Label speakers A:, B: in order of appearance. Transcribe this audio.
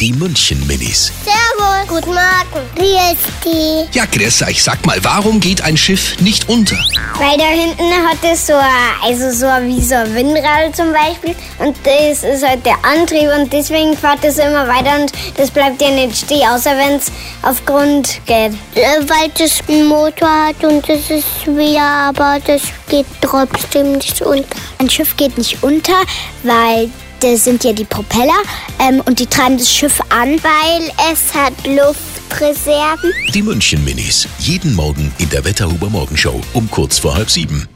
A: Die München-Minis.
B: Servus. Guten Morgen. Wie ist die?
A: Ja, grüß euch. Sag mal, warum geht ein Schiff nicht unter?
B: Weil da hinten hat es so, ein- also so ein- wie so ein Windrad zum Beispiel. Und das ist halt der Antrieb und deswegen fährt es immer weiter und das bleibt ja nicht stehen, außer wenn es auf Grund geht. Äh, Weil das einen Motor hat und das ist wieder, aber das geht trotzdem nicht unter.
C: Ein Schiff geht nicht unter, weil das sind ja die Propeller ähm, und die treiben das Schiff an.
B: Weil es hat Luftreserven.
A: Die München-Minis. Jeden Morgen in der Wetterhuber Morgenshow um kurz vor halb sieben.